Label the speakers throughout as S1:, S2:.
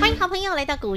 S1: 欢迎好朋友来到股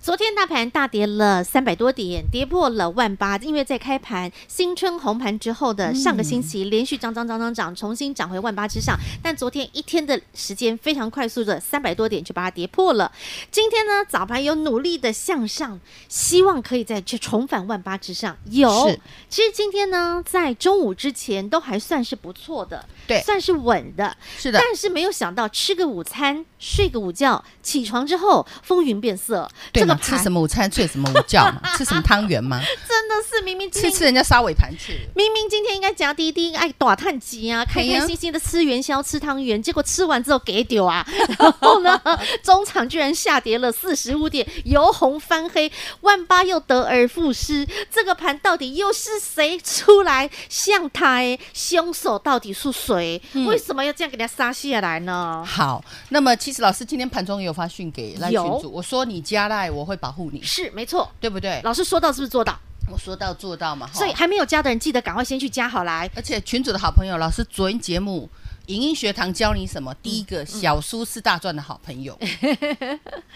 S1: 昨天大盘大跌了三百多点，跌破了万八，因为在开盘新春红盘之后
S2: 嗯
S1: 的上个星期，连续涨涨涨涨涨，重新涨回万八之上。但昨天一天的时间非常快速的三百多点就把它跌破了。今天呢，早盘有努力的向上，希望可以再去重返万八之上。有
S2: 是，
S1: 其实今天呢，在中午之前都还算是不错的，
S2: 对
S1: 算是稳的。
S2: 是的，
S1: 但是没有想到吃个午餐，睡个午觉，起床之后风云变色。
S2: 对
S1: 这个
S2: 嘛？吃
S1: 盘
S2: 什么午餐，睡什么午觉嘛？ 吃什么汤圆嘛？
S1: 真的是明明今
S2: 吃
S1: 天
S2: 吃人家沙尾盘去。
S1: 明明今天应该夹滴滴，哎，短碳级啊，开
S2: 哎呀
S1: 开心心的吃元宵、吃汤圆，结果吃完之后给丢 啊，然后呢，中场居然下跌了四十五点，由红翻黑，万八又得而复失，这个盘到底又是谁出来向台？凶手到底是谁？
S2: 嗯
S1: 为什么要这样给他杀下来呢？
S2: 好，那么其实老师今天盘中也有发讯给赖群
S1: 有
S2: 主，我说你加赖，我会保护你，
S1: 是没错，
S2: 对不对？
S1: 老师说到是不是做到？
S2: 我说到做到嘛，哈
S1: 所以还没有加的人，记得赶快先去加好来。
S2: 而且群主的好朋友，老师昨天节目《影音学堂》教你什么？第一
S1: 嗯
S2: 个，小苏是大赚的好 朋友，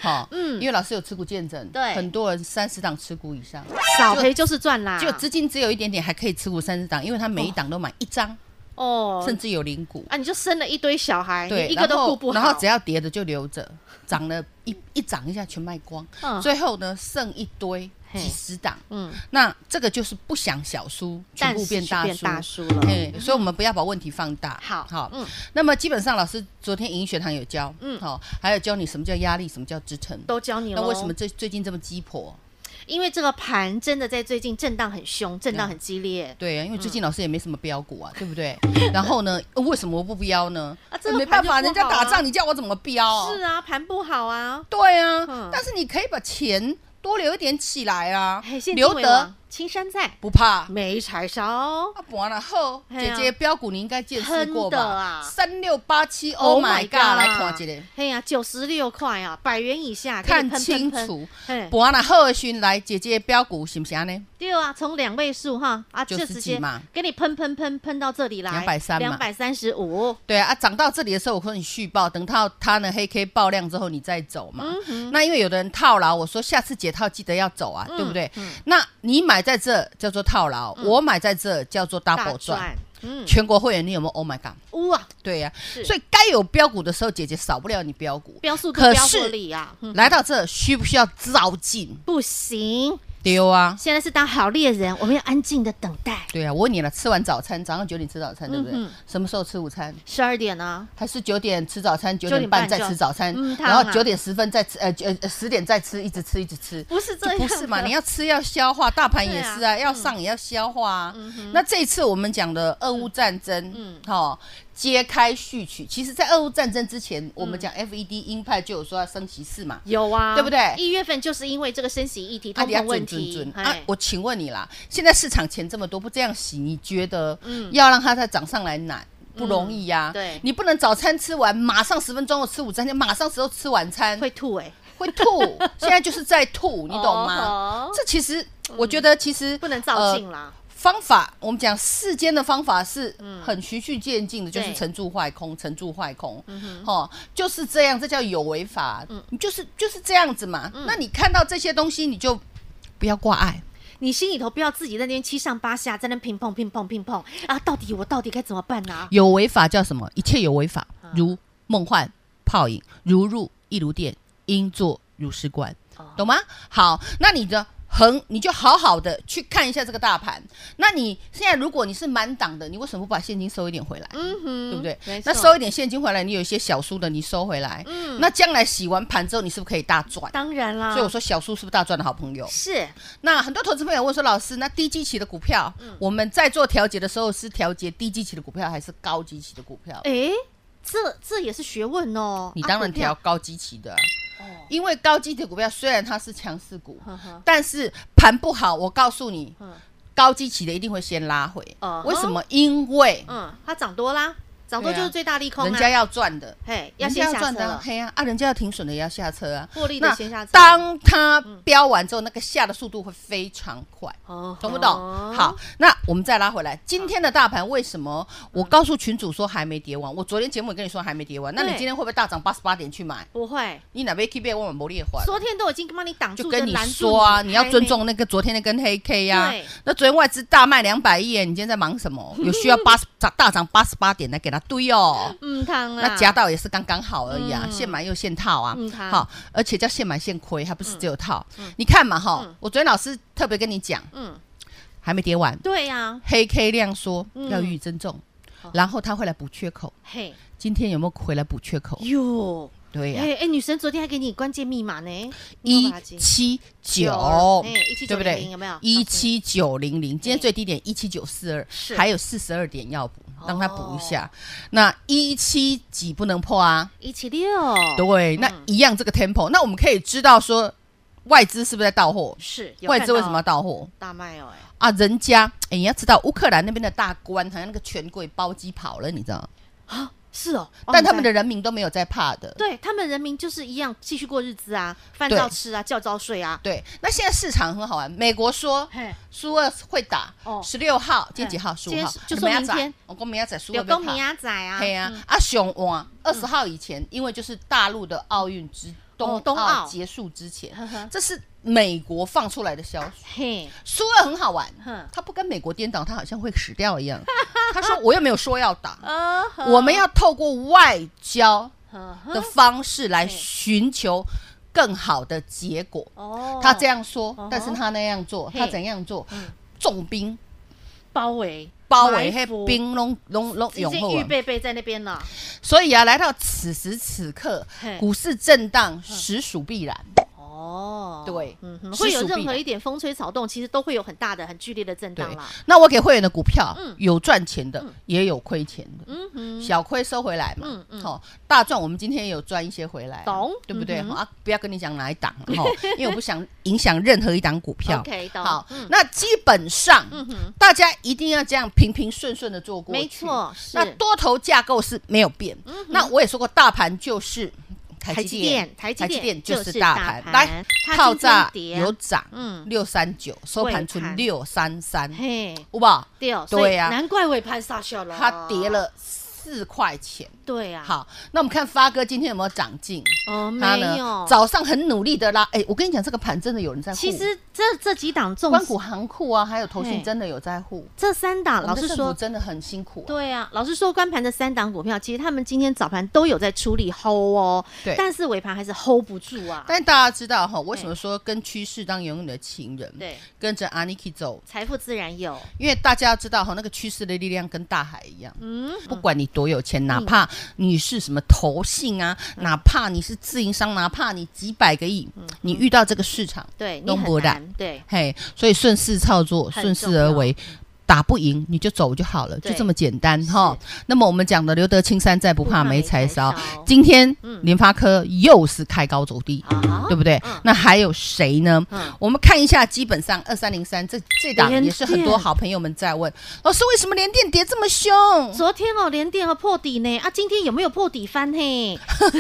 S2: 好，嗯，因为老师有持股见证，
S1: 对
S2: 很多人三十档持股以上，
S1: 少赔就是赚啦，
S2: 就资金只有一点点，还可以持股三十档，因为他每一档都买一张，
S1: 哦，
S2: 甚至有零股，
S1: 啊，你就生了一堆小孩，
S2: 对，
S1: 你一个都
S2: 然后
S1: 顾不好，
S2: 然后只要跌的就留着，涨了一一涨一下全卖光，
S1: 嗯
S2: 最后呢剩一堆
S1: 嘿
S2: 几十档，
S1: 嗯，
S2: 那这个就是不想小输，全
S1: 但
S2: 部
S1: 是
S2: 变
S1: 变
S2: 大
S1: 大
S2: 输。
S1: 叔了，
S2: 哎，所以我们不要把问题放大。
S1: 嗯好
S2: 好，
S1: 嗯
S2: 那么基本上老师昨天营学堂有教，
S1: 嗯哦
S2: 嗯，好、还有教你什么叫压力，什么叫支撑。
S1: 都教你
S2: 那
S1: 了。
S2: 为什么？最最近这么鸡婆？
S1: 因为这个盘真的在最近震荡很凶，震荡很激烈。
S2: 对啊，因为最近老师也没什么标股啊，对不对？然后呢，呃为什么我不标
S1: 嗯
S2: 呢？
S1: 啊这个
S2: 没办
S1: 盘就不好啊
S2: 法，人家打仗，你叫我怎么标、
S1: 是啊，盘不好啊，
S2: 对啊、
S1: 嗯
S2: 但是你可以把钱多留一点起来啊
S1: 嘿，现，金
S2: 留
S1: 为
S2: 得
S1: 王青山在，
S2: 不怕。
S1: 没柴烧。
S2: 啊，博然后
S1: 嘿
S2: 姐
S1: 啊
S2: 姐标股你应该见识过
S1: 真的啊
S2: 吧？三六八七，Oh my god，来看一下。
S1: 哎呀，九十六块啊，百元以下，
S2: 看
S1: 给你喷喷
S2: 清
S1: 喷。
S2: 楚。
S1: 嘿，
S2: 博那好的讯来，姐姐标股是不是安呢？
S1: 对啊，从两位数哈啊，就
S2: 90
S1: 直
S2: 几
S1: 接
S2: 嘛
S1: 给你喷喷喷喷到这里来，
S2: 230
S1: 两
S2: 嘛
S1: 百三十五，
S2: 对啊，啊涨到这里的时候，我说你续报，等到它呢黑 K 爆量之后，你再走嘛。
S1: 嗯
S2: 那因为有的人套牢，我说下次解套记得要走
S1: 嗯
S2: 啊，对不对？那你买在这叫做套牢，我买在这叫做 double 赚。，
S1: 嗯，啊
S2: 全国会员你有没有？Oh my god！
S1: 哇，
S2: 对呀、
S1: 是
S2: 所以该有标股的时候，姐姐少不了你标股。
S1: 标速度
S2: 可
S1: 标
S2: 是
S1: 获利啊，嗯
S2: 来到这需不需要照进？
S1: 不行，
S2: 丢啊！
S1: 现在是当好猎人，我们要安静的等待。
S2: 对啊，我问你了，吃完早餐，早上九点吃早餐，对不对？
S1: 嗯哼
S2: 什么时候吃午餐？
S1: 十二点啊呢、
S2: 还是九点吃早餐，九
S1: 点
S2: 点半
S1: 半
S2: 再
S1: 就
S2: 吃早餐，
S1: 嗯
S2: 然后
S1: 烫啊
S2: 九点十分再吃，呃呃十点再吃，一直吃一直吃。
S1: 不是这
S2: 就
S1: 样
S2: 不
S1: 的，
S2: 是嘛？你要吃要消化，大盘
S1: 对
S2: 也
S1: 啊嗯
S2: 是啊，要上也要消化啊。那这一次我们讲的俄乌战争，嗯，好，揭开序曲。其实，在俄乌战争之前，我
S1: 嗯
S2: 们讲 FED 鹰派就有说要升息四嘛，
S1: 有啊，
S2: 对不对
S1: 一月份就是因为这个升息议题、
S2: 啊
S1: 通
S2: 你要
S1: 膨问
S2: 准准准
S1: 题，
S2: 啊
S1: 哎！
S2: 我请问你啦，现在市场钱这么多，不这样洗，你觉得要让它再涨上来难？不容易呀、
S1: 嗯对
S2: 你不能早餐吃完，马上十分钟后吃午餐，就马上时候吃晚餐，
S1: 会吐哎、
S2: 会 吐。现在就是在吐，啊你懂吗
S1: 哦
S2: 这其实我觉得，其实呃
S1: 不能照镜啊啦。
S2: 方法，我们讲世间的方法是很循序渐进的，就
S1: 嗯对嗯
S2: 是沉住坏空，沉住坏空，哦，就是这样，这叫有为法，你就是就是这样子嘛。
S1: 嗯
S2: 那你看到这些东西，你就不要挂碍。
S1: 你心里头不要自己在那边七上八下，在那边乒碰乒碰乒碰啊！到底我到底该怎么办呢、啊？
S2: 有为法叫什么？一切有为法，
S1: 嗯
S2: 如梦幻泡影，如入一如电，应作如是观
S1: 哦，
S2: 懂吗？好，那你的横，你就好好的去看一下这个大盘。那你现在如果你是满档的，你为什么不把现金收一点回来？
S1: 嗯哼，
S2: 对不
S1: 没
S2: 对？
S1: 错
S2: 那收一点现金回来，你有一些小输的，你收回来。
S1: 嗯啊
S2: 那将来洗完盘之后，你是不是可以大赚？
S1: 当然啦，
S2: 所以我说小输是不是大赚的好朋友？
S1: 是
S2: 那很多投资朋友问说，老师，那低基期的股票，
S1: 嗯
S2: 我们在做调节的时候是调节低基期的股票还是高基期的股票？
S1: 诶，这这也是学问哎哦。
S2: 你当然调
S1: 啊
S2: 高基期的啊、
S1: 股票哦
S2: 因为高基期的股票虽然它是强势股，
S1: 呵呵
S2: 但是盘不好，我告诉你
S1: 嗯，
S2: 高基期的一定会先拉回
S1: 嗯。哼
S2: 为什么？因为
S1: 嗯，它涨多啦，涨多
S2: 对啊
S1: 就是最大利空
S2: 人
S1: 啊
S2: 家。要赚的，
S1: 嘿，要
S2: 人家
S1: 先
S2: 要
S1: 下
S2: 赚
S1: 车
S2: 的啊，
S1: 了，
S2: 嘿啊，啊，人家要停损的也要下车啊。
S1: 获利的
S2: 那
S1: 先下车。
S2: 当它飙完之后，那个下的速度会非常快。
S1: 哦
S2: 懂不懂？
S1: 吼
S2: 好，那我们再拉回来，今天的大盘为什么？我告诉群主说还没跌完，我昨天节目也跟你说还没跌完，那你
S1: 对
S2: 今天会不会大涨八十八点去买？
S1: 不会，
S2: 你哪边 K 被我们魔力还？
S1: 昨天都已经帮你挡住，
S2: 就跟你
S1: 拦住
S2: 说啊，你要
S1: 还
S2: 尊
S1: 没
S2: 重那个昨天那根黑 K 呀、
S1: 对
S2: 那昨天外资大卖两百亿耶，你今天在忙什么？有需要八十涨大涨八十八点来给他堆哦。
S1: 嗯，汤啦，
S2: 那夹到也是刚刚好而已啊，
S1: 嗯
S2: 现买又现套啊
S1: 嗯它，
S2: 好，而且叫现买现亏，还不是只有套。你看嘛哈
S1: 嗯，
S2: 我昨天老师特别跟你讲，
S1: 嗯，
S2: 还没跌完，
S1: 对呀，
S2: 黑 K 量缩
S1: 嗯
S2: 要予以尊重
S1: 好，
S2: 然后他会来补缺口。
S1: 嘿，
S2: 今天有没有回来补缺口？
S1: 哟，
S2: 对呀，
S1: 哎哎，女神昨天还给你关键密码呢，你有
S2: 一
S1: 没有把它记
S2: 七九
S1: 哎，17900
S2: 对不对？
S1: 有没有
S2: 一七九零零，今天最低点一七九四二
S1: 是，
S2: 还有四十二点要补，让他补
S1: 哦
S2: 一下。那一七几不能破啊？
S1: 一七六，
S2: 对，那
S1: 嗯
S2: 一样这个 tempo，那我们可以知道说外资是不是在到货？
S1: 是有
S2: 外
S1: 看
S2: 资为什
S1: 到
S2: 么要到货？
S1: 大卖哦？哎，
S2: 啊，人家哎，你要知道乌克兰那边的大官，好像那个权贵包机跑了，你知道吗？
S1: 是哦，哦
S2: 但
S1: 你
S2: 他们
S1: 在
S2: 的人民都没有在怕的。
S1: 对他们人民就是一样继续过日子啊，饭
S2: 对
S1: 照吃啊，觉照睡啊，
S2: 对，那现在市场很好玩。美国说
S1: 嘿，
S2: 苏二会打
S1: 哦，
S2: 十六号，今天几号？
S1: 嘿
S2: 十五
S1: 今
S2: 号
S1: 天，就说明天，
S2: 我公明仔苏
S1: 有
S2: 二
S1: 公
S2: 被
S1: 民
S2: 打。
S1: 阿仔啊，
S2: 嘿呀，啊熊哇，二十号以前，因为就是大陆的奥运之
S1: 哦
S2: 冬
S1: 冬奥
S2: 奥结束之前
S1: 呵呵，
S2: 这是美国放出来的消息。
S1: 嘿，
S2: 苏二很好玩
S1: 哼，
S2: 他不跟美国颠倒，他好像会死掉一样。他说我又没有说要打，
S1: 呃，
S2: 我们要透过外交
S1: 呵呵
S2: 的方式来
S1: 对
S2: 寻求更好的结果。
S1: 哦，
S2: 他这样说
S1: 哦吼，
S2: 但是他那样做，
S1: 嘿
S2: 他怎样做？重兵
S1: 包围
S2: 包围，
S1: 埋
S2: 黑
S1: 伏
S2: 兵拢拢拢
S1: 已
S2: 拥
S1: 经
S2: 护
S1: 预
S2: 啊！
S1: 备备在那边了，
S2: 所以啊，来到此时此刻
S1: 嘿，
S2: 股市震荡
S1: 嗯
S2: 实属必然。
S1: 哦，
S2: 对
S1: 嗯哼，
S2: 是
S1: 会有
S2: 属
S1: 任
S2: 必
S1: 何
S2: 的
S1: 一点风吹草动，其实都会有很大的、很剧烈的震
S2: 对
S1: 荡啦。，
S2: 那我给会员的股票
S1: 嗯，
S2: 有赚钱的，也有亏钱的，
S1: 嗯哼，
S2: 小亏收回来嘛
S1: 嗯嗯。
S2: 好，大赚我们今天也有赚一些回来啊，
S1: 懂
S2: 对不对？
S1: 嗯哼
S2: 好啊，不要跟你讲哪一档 哈，因为我不想影响任何一档股票。
S1: OK，懂。
S2: 好
S1: 嗯，
S2: 那基本上
S1: 嗯哼，
S2: 大家一定要这样平平顺顺的做过去
S1: 没错，是嗯
S2: 那多头架构是没有变。那我也说过，大盘就是台
S1: 台积电，台积
S2: 台积
S1: 电
S2: 电
S1: 就
S2: 就是
S1: 是
S2: 大
S1: 大
S2: 盘。来，套炸有
S1: 有
S2: 涨，
S1: 嗯
S2: 六三九收
S1: 尾盘
S2: 盘存六三三，
S1: 嘿，
S2: 好不好？
S1: 对哦，
S2: 对
S1: 所以
S2: 啊
S1: 难怪尾盘傻笑了，
S2: 它跌，了四块钱。
S1: 对啊，，
S2: 好，那我们看发哥今天有没有长进？
S1: 哦，
S2: 他
S1: 没
S2: 呢
S1: 有，，
S2: 早上很努力的拉。哎，我跟你讲，这个盘真的有人在护。
S1: 其实这这几档重
S2: 关谷行库啊，还有投
S1: 嘿
S2: 信真的有在护。
S1: 这三档，
S2: 我
S1: 老
S2: 们的
S1: 实
S2: 政府
S1: 说。
S2: 真的很辛苦啊。
S1: 对啊，老实说，关盘的三档股票，其实他们今天早盘都有在出力 hold 哦，
S2: 对
S1: 但是尾盘还是 hold 不住啊。
S2: 但大家知道哈，为什么说跟趋势当永远的情人？
S1: 对，
S2: 跟着阿尼基走，
S1: 财富自然有，
S2: 因为大家知道哈，那个趋势的力量跟大海一样。
S1: 嗯，
S2: 不管你多有钱，哪怕你是什么投信啊，
S1: 嗯
S2: 哪怕你是自营商，哪怕你几百个亿，你遇到这个市场，
S1: 对，你
S2: 弄
S1: 很
S2: 不
S1: 难，对，
S2: 嘿，所以顺势操作，
S1: 很
S2: 顺势而为。打不赢你就走就好了，
S1: 对
S2: 就这么简单哈。那么我们讲的留得青山在，不怕没柴烧。嗯今天联发科又是开高走低，
S1: 啊哈，
S2: 对不对？
S1: 嗯
S2: 那还有谁呢？
S1: 嗯
S2: 我们看一下，基本上二三零三这这档
S1: 联
S2: 也是很多
S1: 电
S2: 好朋友们在问，老师为什么连电跌这么凶？
S1: 昨天哦，连电和破底呢啊，今天有没有破底翻嘿？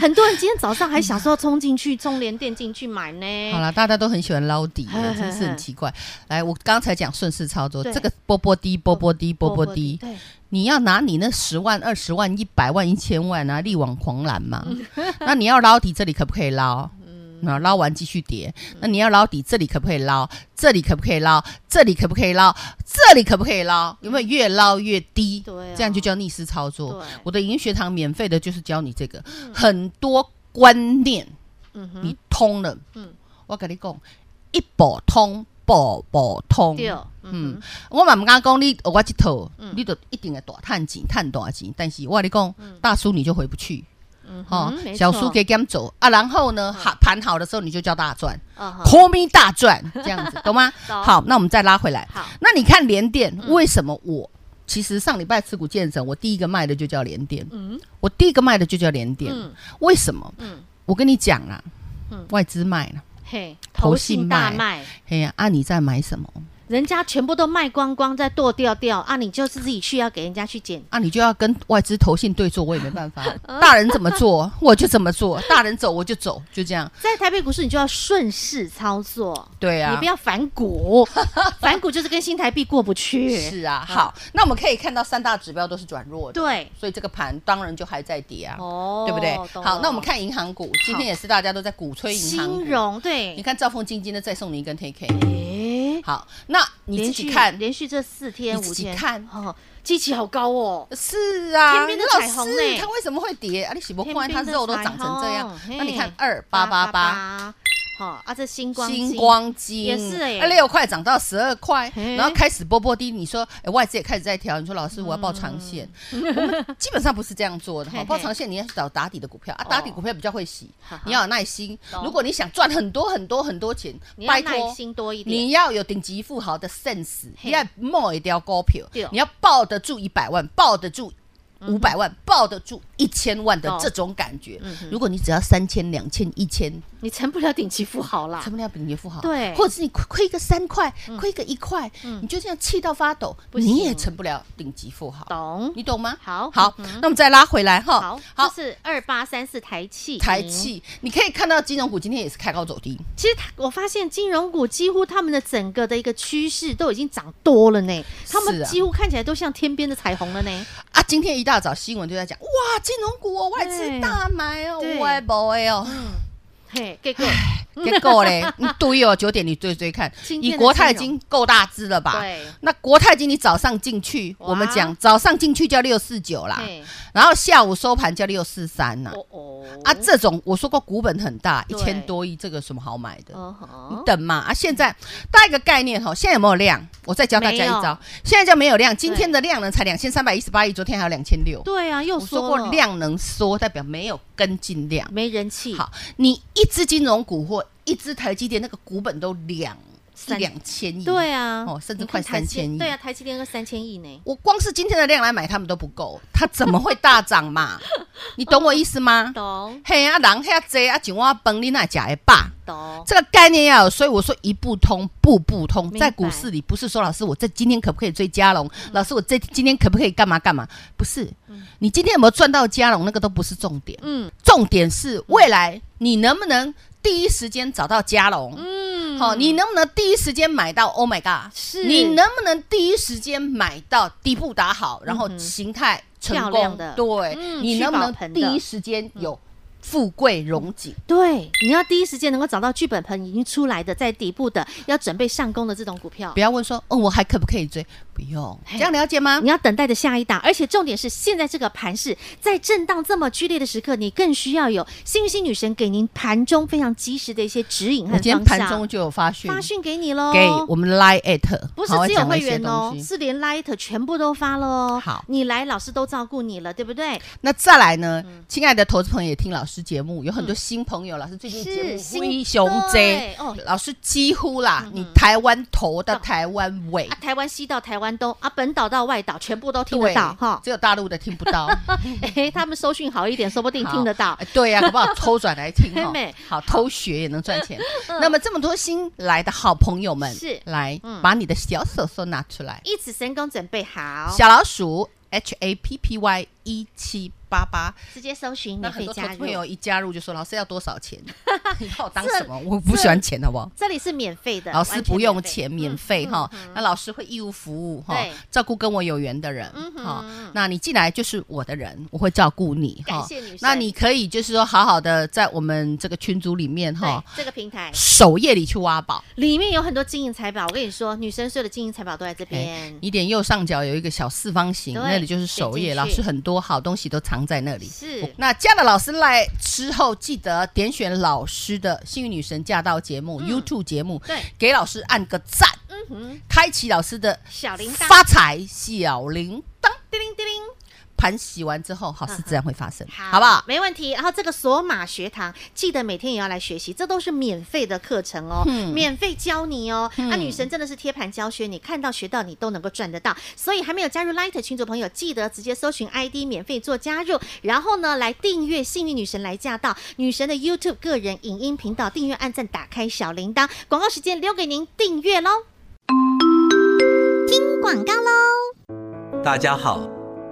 S1: 很多人今天早上还想说要冲进去，冲连电进去买呢。
S2: 好了，大家都很喜欢捞底，
S1: 嘿嘿嘿
S2: 真是很奇怪。来，我刚才讲顺势操作，
S1: 对
S2: 这个波波低，波波低，波波低，
S1: 对，
S2: 你要拿你那十万、二十万、一百万、一千万啊，力挽狂澜嘛。
S1: 嗯
S2: 那你要捞底，这里可不可以捞？那捞完继续跌。那你要捞底，这里可不可以捞？这里可不可以捞？这里可不可以捞？这里可不可以捞？有没有越捞越低？
S1: 对啊
S2: 这样就叫逆势操作
S1: 对。嗯
S2: 我的营学堂免费的就是教你这个，很多观念
S1: 嗯哼，
S2: 你通了
S1: 嗯。
S2: 我跟你讲，一步通，步步通。
S1: 对，嗯
S2: 嗯，我嘛毋敢讲你有我即套，你就一定会大趁钱，趁大钱。但是我跟你讲，大叔你就回不去，
S1: 嗯
S2: 哦
S1: 哼，没
S2: 小
S1: 错
S2: 叔给减走啊。然后呢，好盘好的时候你就叫大赚
S1: 嗯哼
S2: ，call me 大赚，这样 子懂吗？
S1: 懂
S2: 好，那我们再拉回来。
S1: 好，嗯
S2: 那你看联电，为什么我其实上礼拜持股见证，我第一个卖的就叫联电，
S1: 嗯
S2: 我第一个卖的就叫联电
S1: 嗯，
S2: 为什么？
S1: 嗯，
S2: 我跟你讲啦
S1: 嗯，
S2: 外资卖了，
S1: 嘿，
S2: 投
S1: 投
S2: 信
S1: 信大
S2: 卖
S1: 卖，
S2: 哎呀，啊你在买什么？
S1: 人家全部都卖光光，再剁掉掉啊，你就是自己去要给人家去捡，
S2: 啊，你就要跟外资投信对坐，我也没 办法。
S1: 啊
S2: 大人怎么做，我就怎么做；大人走，我就走，就这样。
S1: 在台北股市你就要顺势操作，
S2: 对啊，
S1: 你不要反 骨，反骨就是跟新台币过不去，
S2: 是啊。好，那我们可以看到三大指标都是转弱的，
S1: 对，
S2: 所以这个盘当然就还在跌啊，
S1: 哦
S2: 对不对？
S1: 懂
S2: 好，
S1: 了
S2: 那我们看银行股，今天也是大家都在鼓吹银行
S1: 金
S2: 股。
S1: 融对，
S2: 你看兆丰金今天再送你一根 K K，
S1: 诶，
S2: 好，那你自
S1: 连
S2: 己
S1: 续
S2: 看。
S1: 连续这四天
S2: 你自
S1: 五
S2: 己
S1: 天
S2: 看
S1: 哦，机器好高哦，
S2: 是啊，
S1: 天边的
S2: 老
S1: 彩虹
S2: 师
S1: 欸
S2: 它为什么会跌？啊，你喜不
S1: 天
S2: 欢它
S1: 边的
S2: 肉都
S1: 彩
S2: 长成这样
S1: 虹？
S2: 那你看
S1: 嘿
S2: 二八八八，
S1: 好啊，这星光
S2: 星
S1: 金
S2: 光金
S1: 也是欸
S2: 啊六块涨到十二块，
S1: 嘿
S2: 然后开始波波低。你说，哎，外资也开始在调。你说老师，我要报长线，我们基本上不是这样 做的
S1: 嗯嘿
S2: 哈。
S1: 嘿哦
S2: 报长线你要找打底的股票啊，打底股票比较会洗
S1: 哈哈，
S2: 你要有耐心
S1: 懂。
S2: 如果你想赚很多很多很多钱
S1: 你，要
S2: 拜
S1: 耐
S2: 托。
S1: 心多一点，
S2: 你要有顶级富豪的 sense，
S1: 嘿
S2: 你要摸一条股票
S1: 对，嗯
S2: 你要抱得住一百万，抱得住五百万，抱得住一千万的
S1: 懂
S2: 这种感觉
S1: 嗯哼。
S2: 如果你只要三千、两千、一千，
S1: 你成不了顶级富豪啦
S2: 成。本要比你富豪，
S1: 对嗯
S2: 或者是你亏亏个三块，亏个一块，你就这样气到发抖，
S1: 不行
S2: 你也成不了顶级富豪，
S1: 懂？
S2: 你懂吗？
S1: 好嗯
S2: 好，那我们再拉回来哈
S1: 好，，这是二八三四台气，
S2: 哦台。气，你可以看到金融股今天也是开高走低，
S1: 其实它我发现金融股几乎他们的整个的一个趋势都已经涨多了呢，他们
S2: 是啊
S1: 几乎看起来都像天边的彩虹了呢。
S2: 啊，今天一大早新闻就在讲，哇，金融股哦，外资
S1: 对
S2: 大买哦，
S1: 对嗯
S2: 我也无的哦。
S1: 嘿，给个
S2: 结 果嘞，你对哦，九点你追追看，
S1: 今天
S2: 以
S1: 的
S2: 国泰已
S1: 金融
S2: 经够大只了吧？
S1: 对
S2: 那国泰金你早上进去，
S1: 哇
S2: 我们讲早上进去叫六四九啦，
S1: 嘿，
S2: 然后下午收盘叫六四三呐。
S1: 哦哦
S2: 啊，这种我说过股本很大，一
S1: 对
S2: 千多亿，这个有什么好买的？
S1: 嗯
S2: 你
S1: 哼，
S2: 等嘛啊！现在大家一个概念哈，现在有没有量？我再教大家
S1: 没有
S2: 一招，现在叫没有量，今天的量呢才两千三百一十八亿，昨天还有两千六。
S1: 对啊，又
S2: 我说
S1: 缩
S2: 过
S1: 了
S2: 量能缩，代表没有跟进量。
S1: 没人气，
S2: 好，你一只金融股或一只台积电那个股本都两
S1: 三
S2: 两千亿，
S1: 对啊，
S2: 哦甚至
S1: 你看
S2: 快
S1: 台积
S2: 3000亿
S1: 对啊，台积电个三千亿呢，
S2: 我光是今天的量来买，他们都不够，它怎么会大 涨嘛？你懂我意思吗？
S1: 哦懂
S2: 嘿啊，人遐济啊，一碗饭你哪食会饱？
S1: 懂，
S2: 这个概念要有，所以我说一步通，步步通
S1: 明。白嗯
S2: 在股市里，不是说老师我这今天可不可以追加龙，老师我这今天可不可以干嘛干嘛？不是，你今天有没有赚到加龙，那个都不是重点，
S1: 嗯
S2: 重点是未来你能不能第一时间找到加龙，
S1: 嗯，
S2: 好、你能不能第一时间买到？Oh my god！
S1: 是
S2: 你能不能第一时间买到底部打好，然后形态成
S1: 嗯漂亮
S2: 功？
S1: 的
S2: 对、
S1: 嗯
S2: 你能不
S1: 聚
S2: 能
S1: 宝盆的嗯
S2: 第一时间有富贵荣景？
S1: 对，你要第一时间能够找到剧本盆已经出来的，在底部的要准备上攻的这种股票
S2: 不，要问说，哦，我还可不可以追？不用，这样了解吗
S1: 你？要等待的下一档。而且重点是，现在这个盘势在震荡这么剧烈的时刻，你更需要有幸运星女神给您盘中非常及时的一些指引和
S2: 我
S1: 方
S2: 今
S1: 向。
S2: 天盘中就有发讯，
S1: 发讯给你喽，
S2: 给我们 Line at，
S1: 不是
S2: 好我
S1: 只有
S2: 讲了
S1: 会
S2: 一些
S1: 员哦
S2: 东，西
S1: 是连 Light 全部都发喽。
S2: 好哎
S1: 你来老师都照顾你了，对不对？
S2: 那再来呢，
S1: 嗯
S2: 亲爱的投资朋友也听老师节目，有很多新朋友，老师最近
S1: 是
S2: 节目
S1: 新
S2: 灰熊 J，
S1: 对哦嗯
S2: 老师几乎啦，你台湾头到台湾尾
S1: 啊，。台湾西到台湾东啊，本岛到外岛全部都听得
S2: 对
S1: 到哈。
S2: 只有大陆的听不到，
S1: 哎，他们收讯好一点，说不定
S2: 好
S1: 听得到。
S2: 哎对呀、好不好？抽转来听
S1: 嘿
S2: 哈
S1: 妹，嗯
S2: 好偷学也能赚钱。那么这么多新来的好朋友们，
S1: 是
S2: 来
S1: 嗯
S2: 把你的小手手拿出来，
S1: 一起神功准备好，
S2: 小老鼠 H A P P Y 一七八八。
S1: 直接搜寻
S2: 那
S1: 免
S2: 很
S1: 费
S2: 多投
S1: 加
S2: 资朋
S1: 入。
S2: 友一加入就说：“老师要多 少钱？你把我当
S1: 这
S2: 什么？我不喜欢钱，好不好？”
S1: 这里是免费的，
S2: 老师
S1: 完全
S2: 不用
S1: 免费嗯
S2: 钱，免费哈。那老师会义务服务哈
S1: 对，
S2: 照顾跟我有缘的人
S1: 嗯哼
S2: 哈。那你进来就是我的人，我会照顾你
S1: 感谢女神
S2: 那你可以就是说好好的在我们这个群组里面
S1: 对
S2: 哈，
S1: 这个平台
S2: 首页里去挖宝。
S1: 里面有很多金银财宝，我跟你说，女生所有的金银财宝都在这
S2: 哎
S1: 边。
S2: 你点右上角有一个小四方形，
S1: 对
S2: 那里就是首
S1: 点进去
S2: 页。老师很多多好东西都藏在那里。
S1: 是
S2: 那嫁了老师来之后，记得点选老师的《幸运女神驾到》节目、YouTube 节目，
S1: 嗯对
S2: 给老师按个赞，
S1: 嗯哼，
S2: 开启老师的
S1: 小铃铛
S2: 发财小铃铛。
S1: 叮铃叮铃。
S2: 盘洗完之后，好事自然会发生，
S1: 嗯好，
S2: 好不好？
S1: 没问题。然后这个索马学堂，记得每天也要来学习，这都是免费的课程哦，
S2: 嗯
S1: 免费教你哦。那、女神真的是贴盘教学，你看到学到你都能够赚得到。所以还没有加入 Light 群组的朋友，记得直接搜寻 ID 免费做加入，然后呢来订阅《幸运女神来驾到》女神的 YouTube 个人影音频道，订阅、按赞、打开小铃铛。广告时间留给您订阅喽。听广告喽。
S3: 大家好，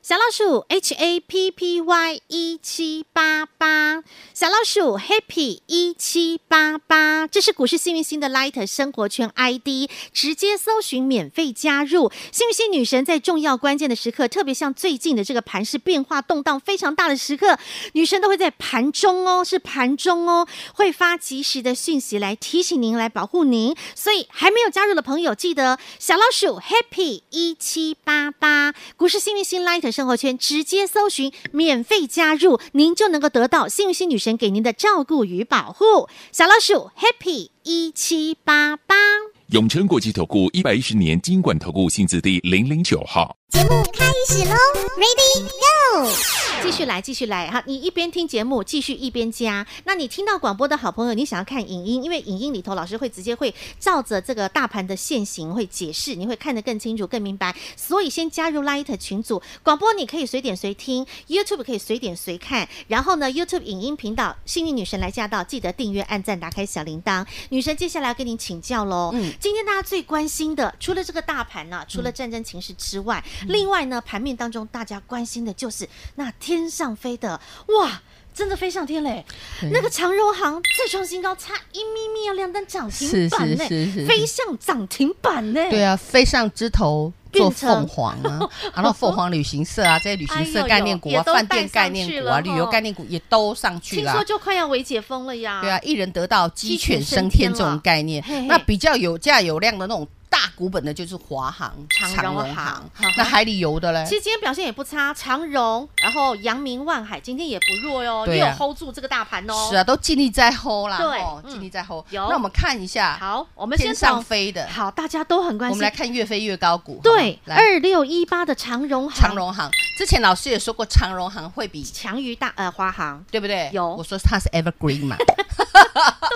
S1: 小老鼠 H A P P Y 一七八八，小老鼠 Happy 一七八八，这是股市幸运星的 Light 生活圈 ID，直接搜寻免费加入。幸运星女神在重要关键的时刻，特别像最近的这个盘势变化动荡非常大的时刻，女神都会在盘中哦，是盘中哦，会发及时的讯息来提醒您，来保护您。所以还没有加入的朋友，记得小老鼠 Happy 一七八八，股市幸运星 Light 生活圈直接搜寻，免费加入，您就能够得到幸运星女神给您的照顾与保护。小老鼠 Happy 一七八八。
S4: 永诚国际投顾一百一十年金管投顾性质第零零九号。
S1: 继续来，继续来哈！你一边听节目，继续一边加。那你听到广播的好朋友，你想要看影音，因为影音里头老师会直接会照着这个大盘的现形会解释，你会看得更清楚、更明白。所以先加入 Light 群组，广播你可以随点随听，YouTube 可以随点随看。然后呢，YouTube 影音频道《幸运女神来驾到》，记得订阅、按赞、打开小铃铛。女神接下来要跟您请教喽。
S2: 嗯
S1: 今天大家最关心的，除了这个大盘呢、除了战争情势之外，
S2: 嗯
S1: 另外呢，盘面当中大家关心的就是那天上飞的，哇，真的飞上天嘞！
S2: 对
S1: 那个长荣行再创新高，差一咪咪要亮灯涨停板呢，
S2: 是是是是
S1: 飞向涨停板呢。
S2: 对啊，飞上枝头做
S1: 变成
S2: 凤凰 啊，然后凤凰旅行社啊，这些旅行社概念股
S1: 哎呦
S2: 啊、
S1: 也都
S2: 饭店概念
S1: 带上去
S2: 股
S1: 了
S2: 啊、
S1: 吼
S2: 旅游概念股也都上去
S1: 听
S2: 了
S1: 说
S2: 啊。
S1: 就快要微解封了呀。
S2: 对啊，，一人得道鸡犬升天这种概念
S1: 鸡犬升天了嘿嘿，
S2: 那比较有价有量的那种大股本的，就是华航、
S1: 长荣
S2: 荣
S1: 航
S2: 航
S1: 呵呵，
S2: 那海里游的嘞
S1: 其，实今天表现也不差，长荣，然后阳明、万海今天也不弱哟，
S2: 对
S1: 又
S2: 啊
S1: 有 hold 住这个大盘哦。
S2: 是啊，都尽力在 hold 啦，
S1: 对
S2: 哦
S1: 嗯
S2: 尽力在 hold。
S1: 有
S2: 那我们看一下
S1: 好，我们先
S2: 天上
S1: 从
S2: 飞的，
S1: 好，大家都很关
S2: 我
S1: 心
S2: 们来。看越飞越高股，
S1: 对，
S2: 好吗来
S1: 二六一八的长荣行
S2: 长荣航，之前老师也说过，长荣航会比
S1: 强于大呃华航，
S2: 对不对？
S1: 有
S2: 我说它是 evergreen 嘛，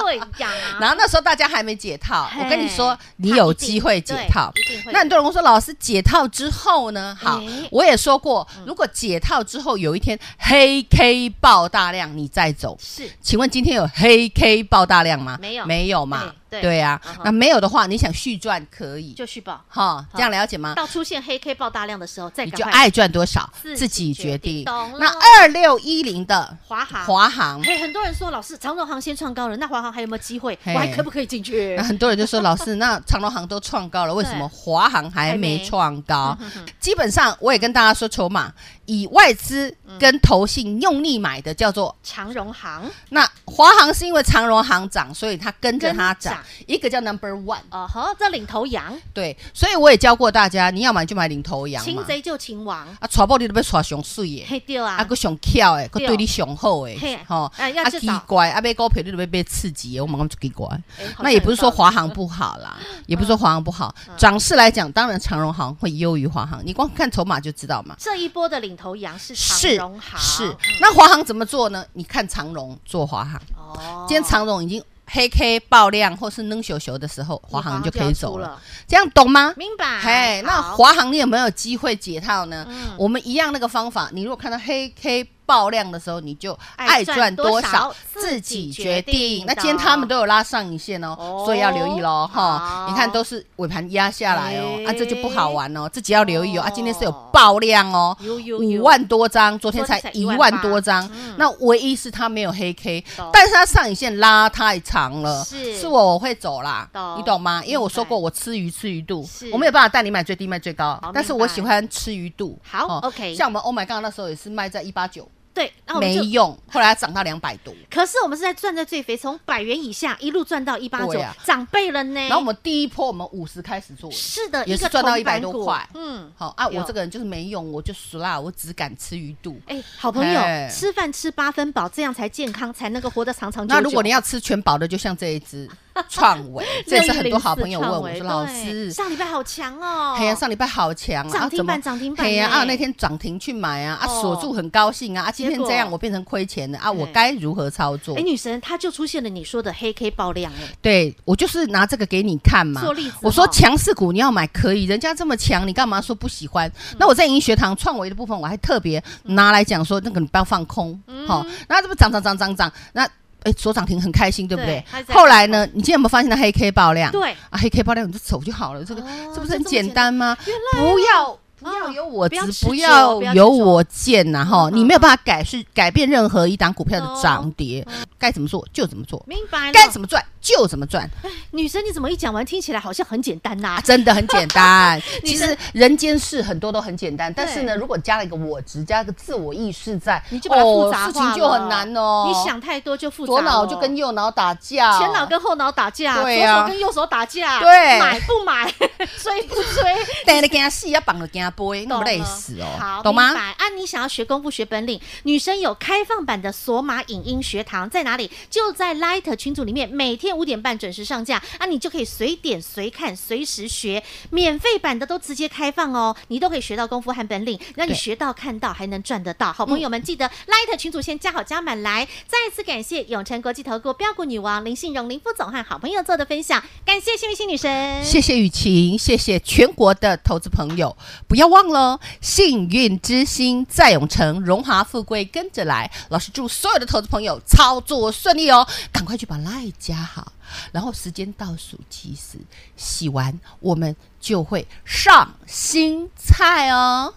S1: 对呀，
S2: 然 后那时候大家还没解套，
S1: 嘿
S2: 我跟你说，你有机会解套
S1: 对。一定会。
S2: 那很多人跟我说，老师解套之后呢？好，
S1: 诶
S2: 我也说过，
S1: 嗯
S2: 如果解套之后有一天黑 K 爆大量，你再走。
S1: 是
S2: 请问今天有黑 K 爆大量吗？
S1: 没有
S2: 没有嘛？
S1: 对对
S2: 对啊
S1: 嗯哼，
S2: 那没有的话，你想续赚可以，
S1: 就续报，
S2: 哈，这样了解吗？
S1: 到出现黑 K 爆大量的时候，再
S2: 你
S1: 赶
S2: 就
S1: 快
S2: 爱赚多少
S1: 自己
S2: 自己
S1: 决
S2: 决
S1: 定
S2: 定。
S1: 懂了
S2: 那二六一零的
S1: 华航。
S2: 华航，
S1: 嘿，很多人说老师长荣航先创高了，那华航还有没有机会？
S2: 嘿
S1: 我还可不可以进 去
S2: 那？很多人就说，老师，那长隆行都创高了，为什么华航还没创高？
S1: 嗯
S2: 基本上，我也跟大家说，筹码以外资
S1: 嗯
S2: 跟投信用力买的叫做
S1: 长荣航
S2: 那华航，是因为长荣行涨，所以它跟着它
S1: 跟
S2: 涨
S1: 涨。
S2: 一个叫 Number One，
S1: 哦呵，这领头羊，
S2: 对，所以我也教过大家，你要买就买领头羊
S1: 擒
S2: 嘛。
S1: 贼就擒王，
S2: 啊，传播你都要传上水耶，
S1: 嘿丢
S2: 啊
S1: 啊
S2: 个，上巧诶，个
S1: 对
S2: 对你上好
S1: 嘿
S2: 诶，吼，
S1: 啊要
S2: 啊
S1: 知
S2: 奇
S1: 道
S2: 怪，啊买股票你都要被刺激的，我们讲就奇怪。
S1: 哎好像
S2: 那也不是说
S1: 有道理嗯
S2: 华航不好啦，也不是说华航不好，涨势来讲，当然长荣行会优于华航，你光看筹码就知道嘛。
S1: 这一波的领头羊是长
S2: 是
S1: 荣航，
S2: 是
S1: 嗯，
S2: 那华航怎么做呢？你看长荣做华航，
S1: 哦
S2: 今天长荣已经黑 K 爆量或是扔球球的时候，华航就可以走
S1: 华
S2: 了，
S1: 哦航就要出，
S2: 这样懂吗？
S1: 明白？
S2: 嘿，那
S1: 好
S2: 华航你有没有机会解套呢
S1: 嗯？
S2: 我们一样那个方法，你如果看到黑 K 爆量的时候，你就
S1: 爱
S2: 爱
S1: 赚
S2: 赚
S1: 多
S2: 多
S1: 少
S2: 少
S1: 自
S2: 自
S1: 己
S2: 己
S1: 决
S2: 决
S1: 定
S2: 定。
S1: 的
S2: 那今天他们都有拉上影线哦，
S1: 哦
S2: 所以要留意喽哈
S1: 好。
S2: 你看都是尾盘压下来哦，
S1: 哎
S2: 啊这就不好玩哦，自己要留意哦。啊
S1: 哦
S2: 今天是有爆量哦，
S1: 有有有
S2: 五万多张，昨天才
S1: 昨天
S2: 一
S1: 才
S2: 万多张
S1: 嗯。
S2: 那唯一是它没有黑 K，
S1: 懂
S2: 但是它上影线拉太长了，
S1: 是
S2: 是我我会走啦
S1: 懂，
S2: 你懂吗？因为我说过
S1: 明白
S2: 我吃鱼吃鱼肚
S1: 是，
S2: 我没有办法带你买最低卖最高
S1: 好，
S2: 但是
S1: 明
S2: 我
S1: 白
S2: 喜欢吃鱼肚。
S1: 好
S2: 哦
S1: OK
S2: 像我们 Oh my God 那时候也是卖在一八九，
S1: 对，那我们
S2: 没
S1: 就。
S2: 用，后来它涨到两百多。
S1: 可是我们是在赚在最肥，从百元以下一路赚到一八九
S2: 对啊，
S1: 长辈了呢。
S2: 然后我们第一波我们五十开始做的，
S1: 是的，
S2: 也
S1: 一
S2: 是
S1: 个
S2: 赚到
S1: 铜板
S2: 100多
S1: 股
S2: 块
S1: 嗯，
S2: 好啊，我
S1: 有
S2: 这个人就是没用，我就俗辣，我只敢吃鱼肚。
S1: 哎，好朋友
S2: 哎
S1: 吃饭吃八分饱，这样才健康，才能够活得长长久久。
S2: 那如果你要吃全饱的，就像这一 只创维，这也是很多好朋友问我
S1: 604
S2: 说老
S1: 对
S2: 师，哎
S1: 上礼拜好强哦，
S2: 嘿呀，上礼拜好强啊，
S1: 涨
S2: 啊
S1: 停
S2: 怎么
S1: 板涨停板
S2: 嘿呀
S1: 呢
S2: 啊，那天涨停去买啊，啊
S1: 哦
S2: 锁住很高兴啊，啊今天
S1: 结果
S2: 这样我变成亏钱了啊，
S1: 对
S2: 我该如何操作
S1: 哎，？女神她就出现了你说的黑 K 爆量哎，
S2: 对我就是拿这个给你看嘛
S1: 做例子。
S2: 我说
S1: 哈
S2: 强势股你要买可以，人家这么强，你干嘛说不喜欢？
S1: 嗯
S2: 那我在盈学堂创维的部分，我还特别拿来讲说，那个你不要放空，
S1: 嗯
S2: 好，那这不涨涨涨涨涨，那哎所涨停很开心，对不
S1: 对
S2: 对
S1: 它一直？在
S2: 后来呢，你今天有没有发现它黑 K 爆量？
S1: 对
S2: 啊，黑 K 爆量你就走就好了，这个
S1: 哦
S2: 这不
S1: 就是
S2: 很
S1: 这么简
S2: 简单吗？不要。不要有我
S1: 啊不要执
S2: 执，
S1: 着
S2: 啊不要
S1: 不要执
S2: 有
S1: 着嗯
S2: 我见呐！哈，你没有办法改是改变任何一档股票
S1: 哦
S2: 的涨跌，该怎么做就怎么做。
S1: 明白了。
S2: 该怎么赚就怎么赚、
S1: 女神你怎么一讲完，听起来好像很简单呐
S2: 啊，？真的很简单。
S1: 你
S2: 其
S1: 真
S2: 实人间事很多都很简单，但是呢，
S1: 对
S2: 如果加了一个我执，加一个自我意识在，
S1: 你就把它复杂化
S2: 哦事情就很难哦。
S1: 你想太多就复杂
S2: 左
S1: 了，
S2: 脑就跟右脑打架，
S1: 前 脑跟后脑打架，
S2: 对
S1: 左手
S2: 啊
S1: 跟右手打架，
S2: 对
S1: 买不买， 追不追，
S2: 逮了他戏，要绑了他背，那
S1: 懂
S2: 么
S1: 了
S2: 累死哦
S1: 好，，
S2: 懂吗
S1: 明？白啊，你想要学功夫、学本领，女生有开放版的索马影音学堂，在哪里？就在 Light 群组里面，每天五点半准时上架啊，你就可以随点随看、随时学，免费版的都直接开放哦，你都可以学到功夫和本领，让你
S2: 对嗯
S1: 学到、看到，还能赚得到。好朋友们，记得 Light 群组先加好加满来。再次感谢永诚国际投顾标股女王林信荣林副总和好朋友做的分享，感谢幸运星女神，
S2: 谢谢雨晴，谢谢全国的投资朋友，不要忘了哦，幸运之星在永城，荣华富贵跟着来。老师祝所有的投资朋友操作顺利哦，赶快去把 line 加好，然后时间倒数计时，洗完我们就会上新菜哦。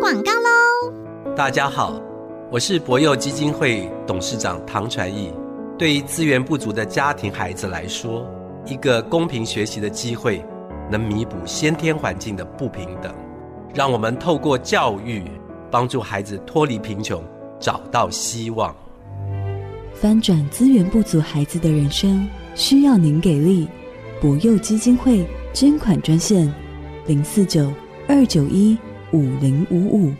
S1: 广告喽。
S3: 大家好，我是博幼基金会董事长唐传义。对于资源不足的家庭孩子来说，一个公平学习的机会，能弥补先天环境的不平等。让我们透过教育，帮助孩子脱离贫穷，找到希望。
S5: 翻转资源不足孩子的人生，需要您给力。博幼基金会捐款专线：零四九二九一五零五五。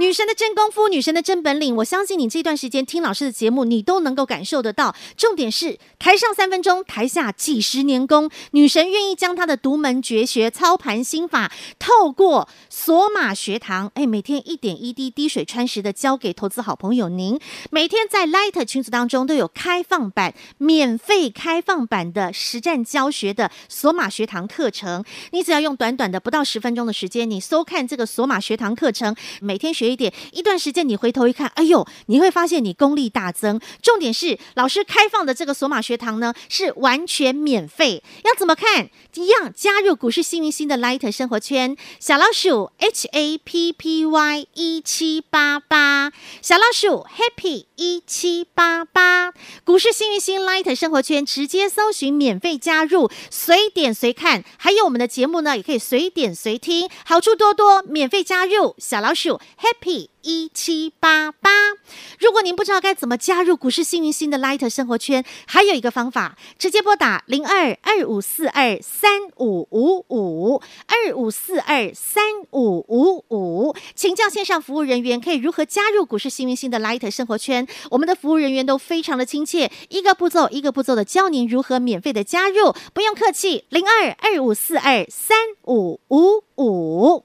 S1: 女神的真功夫，女神的真本领，我相信你这段时间听老师的节目，你都能够感受得到。重点是台上三分钟，台下几十年功。女神愿意将她的独门绝学操盘心法，透过索马学堂，哎，每天一点一滴滴水穿石的教给投资好朋友您。每天在 Light 群组当中都有开放版、免费开放版的实战教学的索马学堂课程，你只要用短短的不到十分钟的时间，你收看这个索马学堂课程，每天学一点，一段时间你回头一看，哎呦，你会发现你功力大增。重点是老师开放的这个索马学堂呢是完全免费，要怎么看？一样加入股市幸运星的 Light 生活圈，小老鼠 H A P P Y 一七八八，小老鼠 Happy 一七八八，股市幸运星 Light 生活圈直接搜寻免费加入，随点随看，还有我们的节目呢也可以随点随听，好处多多，免费加入小老鼠 Happy。一七八八。如果您不知道该怎么加入股市幸运星的 Light 生活圈，还有一个方法，直接拨打零二二五四二三五五五二五四二三五五五，请教线上服务人员可以如何加入股市幸运星的 Light 生活圈。我们的服务人员都非常的亲切，一个步骤一个步骤的教您如何免费的加入，不用客气，零二二五四二三五五五。